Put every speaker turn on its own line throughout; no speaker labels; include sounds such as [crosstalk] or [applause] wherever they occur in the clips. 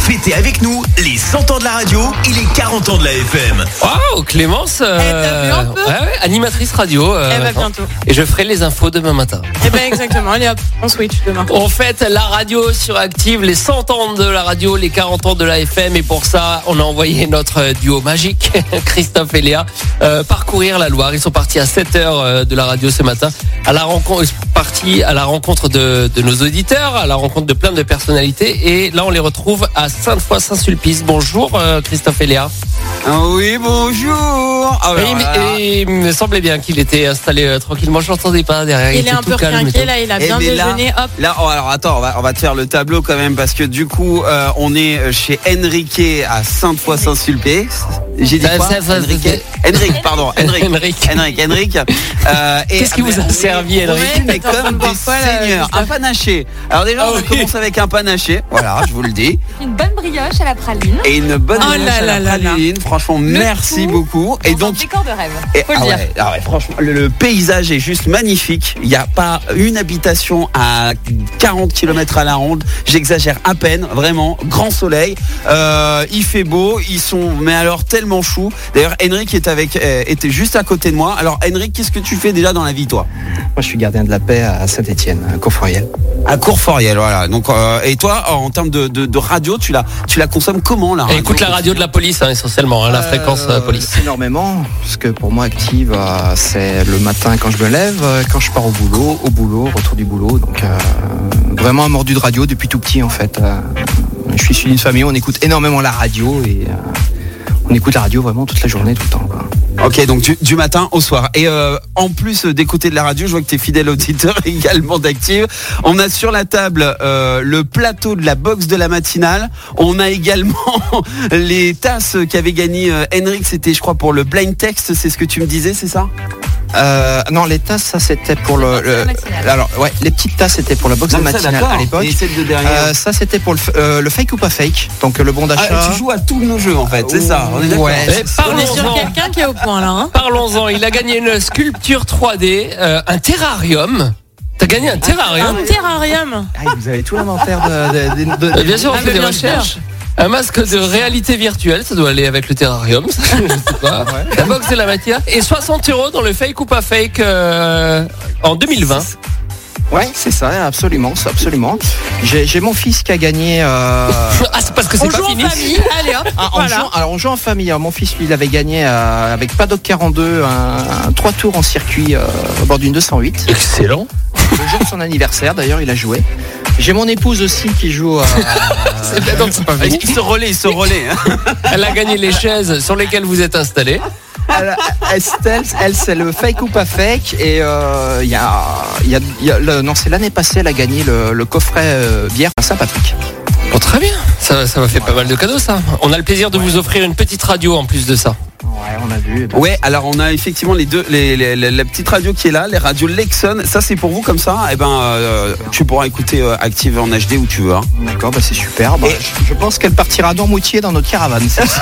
Fêtez avec nous les 100 ans de la radio et les 40 ans de la FM.
Waouh, Clémence euh,
t'as vu un peu
ouais, ouais, Animatrice radio. euh,
Elle va
maintenant.
bientôt.
Et je ferai les infos demain matin.
Eh ben exactement, allez hop, on switch demain.
On fête la radio sur Active, les 100 ans de la radio, les 40 ans de la FM. Et pour ça, on a envoyé notre duo magique, [laughs] Christophe et Léa, euh, parcourir la Loire. Ils sont partis à 7 heures euh, de la radio ce matin. À la rencontre, ils sont partis à la rencontre de, de nos auditeurs, à la rencontre de plein de personnalités. Et là, on les retrouve à Sainte-Foy-Saint-Sulpice. Bonjour, euh, Christophe et Léa.
Ah oui, bonjour. Ah,
Et
alors
il, me-
là,
et il me semblait bien qu'il était installé euh, tranquillement. Je l'entendais pas derrière.
Il est
était
un
tout
peu
calme et
requinqué
tout.
là, il a
Eh
bien
ben là-
déjeuné, hop.
là, oh, alors attends, on va, on va te faire le tableau quand même parce que du coup, euh, on est chez Enrique à Sainte-Foy-Saint-Sulpice. J'ai dit
Bah,
quoi
ça, ça, ça,
Enrique, Enrique,
[laughs]
pardon, Enrique.
Henrik.
Enrique, Enrique. Euh, et-
Qu'est-ce qui
ah,
vous
mais-
a servi, Henrik
Ouais,
Mais
t'es en train
comme
de
des
voir quoi, là,
seigneurs,
Christophe
un panaché. Alors déjà,
Ah
on
oui.
commence avec un panaché. Voilà, je vous le dis.
Une bonne brioche à la praline.
Et une bonne
Oh là
brioche à
là
la
là là.
praline. Franchement, merci
tout
beaucoup. Et
dans un
donc,
décor de rêve.
Et-
Faut le
ah
dire.
ouais, ah ouais, franchement, le, le paysage est juste magnifique. Il n'y a pas une habitation à 40 km à la ronde. J'exagère à peine, vraiment. Grand soleil. Euh, il fait beau. Ils sont, mais alors tellement choux. D'ailleurs, Henrik est avec, euh, était juste à côté de moi. Alors, Henrik, qu'est-ce que tu fais déjà dans la vie, toi
Moi, je suis gardien de la paix à Saint-Etienne, à Confouriel.
À Courforiel, voilà. Donc, euh, et toi, en termes de, de- de radio, tu la, tu la consommes comment la
Et
radio
écoute la radio de la police, hein, essentiellement, hein, la fréquence euh, police.
Énormément, parce que pour moi, active, euh, c'est le matin quand je me lève, euh, quand je pars au boulot, au boulot, retour du boulot. Donc, euh, vraiment un mordu de radio depuis tout petit, en fait. Euh, je suis issu d'une famille où on écoute énormément la radio et euh, on écoute la radio vraiment toute la journée, tout le temps. quoi.
Ok, donc du, du matin au soir. Et euh, en plus d'écouter de la radio, je vois que tu es fidèle auditeur [laughs] également d'Active. On a sur la table euh, le plateau de la boxe de la matinale. On a également [laughs] les tasses qu'avait gagné euh, Henrik. C'était, je crois, pour le blind text. C'est ce que tu me disais, c'est ça
Euh, non, les tasses, ça c'était pour le. le-
La matinale.
alors, ouais, les petites tasses c'était pour la boxe de
Donc Ah, ça,
matinale
d'accord.
à l'époque.
Et celle de derrière.
Euh, ça c'était pour le, f- euh, le fake ou pas fake, donc euh, le bon d'achat.
Ah, tu joues à tous nos jeux en fait, c'est ça. On est d'accord.
Ouais.
Mais
On est sur
parlons-en.
quelqu'un qui est au point là. Hein.
Parlons-en. Il a gagné une sculpture 3D, euh, un terrarium. T'as gagné un
Eh
terrarium
Un terrarium.
Ah, vous avez tout l'inventaire de, de- de- de-
Euh, Bien sûr, on
Ah,
fait
mais
des
bien
recherches. Un masque de réalité virtuelle, ça doit aller avec le terrarium. ça, je sais [laughs] pas. La box de la matière. Et 60 euros dans le fake ou pas fake euh, en 2020.
Ouais, c'est ça, absolument, c'est absolument. J'ai j'ai mon fils qui a gagné. euh,
Ah, c'est parce que c'est
On
pas
joue en
fini.
famille, allez hop.
ah, en
voilà.
jouant- alors on joue en famille. Alors, mon fils, lui, il avait gagné euh, avec Paddock 42 un, un trois tours en circuit euh, au bord d'une 208.
Excellent.
Le jour de son anniversaire, d'ailleurs, il a joué. J'ai mon épouse aussi qui joue. euh,
Attends, c'est pas
Ah,
fini.
Il se relaie, il se relaie. hein.
Elle a gagné les chaises sur lesquelles vous êtes installés.
elle, Estelle, elle, c'est le fake ou pas fake. Et euh, il y a, il y a- il y a- le- non, c'est l'année passée, elle a gagné le, le coffret euh, bière à Saint-Patrick.
Bon, très bien. Ça, ça m'a fait pas mal de cadeaux, ça. On a le plaisir de vous offrir une petite radio en plus de ça.
Ouais, on a vu.
Ouais, alors on a effectivement les deux, les, les- les- la petite radio qui est là, les radios Lexon. Ça c'est pour vous comme ça. Eh ben, euh, tu pourras écouter euh, Active en HD où tu veux. hein.
D'accord, bah c'est super. Bah,
Et-
je, je pense qu'elle partira d'Ormoutier dans notre caravane. celle-ci.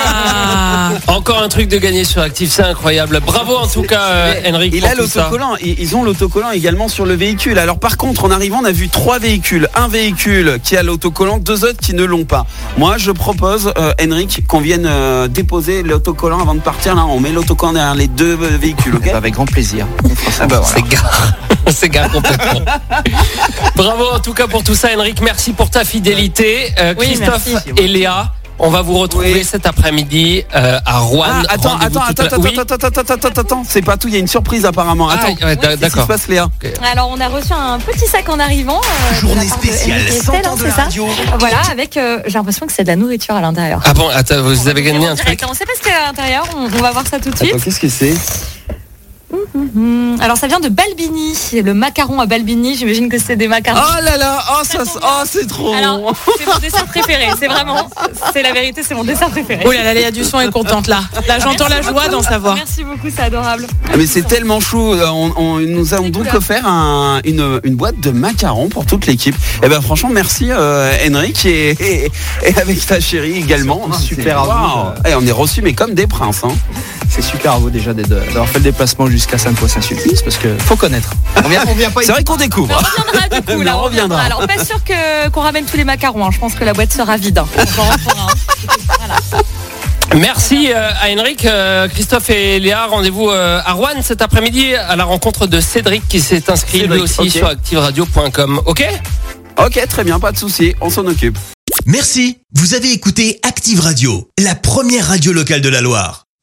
Ah.
Encore un truc de gagner sur Active, c'est incroyable. Bravo en tout cas, euh,
Mais
Henrik.
Il
pour
a
tout ça.
l'autocollant. Ils ils ont l'autocollant également sur le véhicule. Alors par contre, en arrivant, on a vu trois véhicules. Un véhicule qui a l'autocollant, deux autres qui ne l'ont pas. Moi, je propose, euh, Henrik, qu'on vienne euh, déposer l'autocollant avant de partir. Là, on met l'autocollant derrière les deux euh, véhicules. [laughs] ok
Ah,
Bah, Avec
[laughs]
grand plaisir. On fera ça.
Ah bah, voilà.
C'est gare. [laughs] C'est gare complètement. Bravo en tout cas pour tout ça, Henrik. Merci pour ta fidélité. Euh,
Oui,
Christophe
merci.
et Léa. On va vous retrouver
Oui.
cet après-midi euh, à Rouen.
Ah, attends,
Rendez-vous tout
attends,
à-
attends, attends,
Oui.
attends, attends, attends, attends, attends. C'est pas tout. Il y a une surprise apparemment.
Ah,
Attends.
ouais, ouais,
Qu'est-ce qui se
D'accord.
passe, Léa
Alors on a reçu un petit sac en arrivant. euh, de
Journée
la part de
spéciale,
Eric
100
Estelle, hein,
ans de
c'est
la
ça
radio.
Voilà, avec euh, j'ai l'impression que c'est de la nourriture à l'intérieur.
Ah bon, attends, vous avez gagné
On
un
dirait
truc.
que- On sait pas ce qu'il y a à l'intérieur, on, on va voir ça tout de suite.
Attends, qu'est-ce que c'est
Hum, Alors ça vient de Balbini, c'est le macaron à Balbini, j'imagine que c'est des macarons.
Oh là là, oh, ça, oh c'est trop bon.
Alors, c'est mon dessert préféré, c'est vraiment, c'est la vérité, c'est mon dessert préféré.
Oh là là, Léa Dusson est contente là. Là, j'entends la joie dans sa voix.
Merci beaucoup, c'est adorable.
Ah, Mais c'est tellement chou. Euh, On, on- nous avons donc offert un- une, une boîte de macarons pour toute l'équipe. Et ben franchement, merci euh, Henrik et, et- et avec ta chérie également. Eh,
Surtout, super euh. Bah, à vous.
Waouh. Et on est reçus mais comme des princes. hein.
C'est super à vous déjà d'être- d'avoir fait le déplacement jusqu'à Saint-Paul-Saint-Sulpice parce que faut connaître. On vient, on vient
[laughs]
pas
C'est vrai qu'on
Mais
découvre.
On reviendra du coup,
Mais
là,
on
on reviendra.
reviendra.
Alors, pas sûr que- qu'on ramène tous les macarons. hein. Je pense que la boîte sera vide. hein. On en reprendra, hein.
Merci euh, à Henrik, euh, Christophe et Léa. Rendez-vous euh, à Rouen cet après-midi à la rencontre de Cédric qui s'est inscrit lui
Cédric,
aussi
ok.
sur activeradio.com. Ok
hein.
Ok, très bien, pas de souci, on s'en occupe.
Merci. Vous avez écouté Active Radio, la première radio locale de la Loire.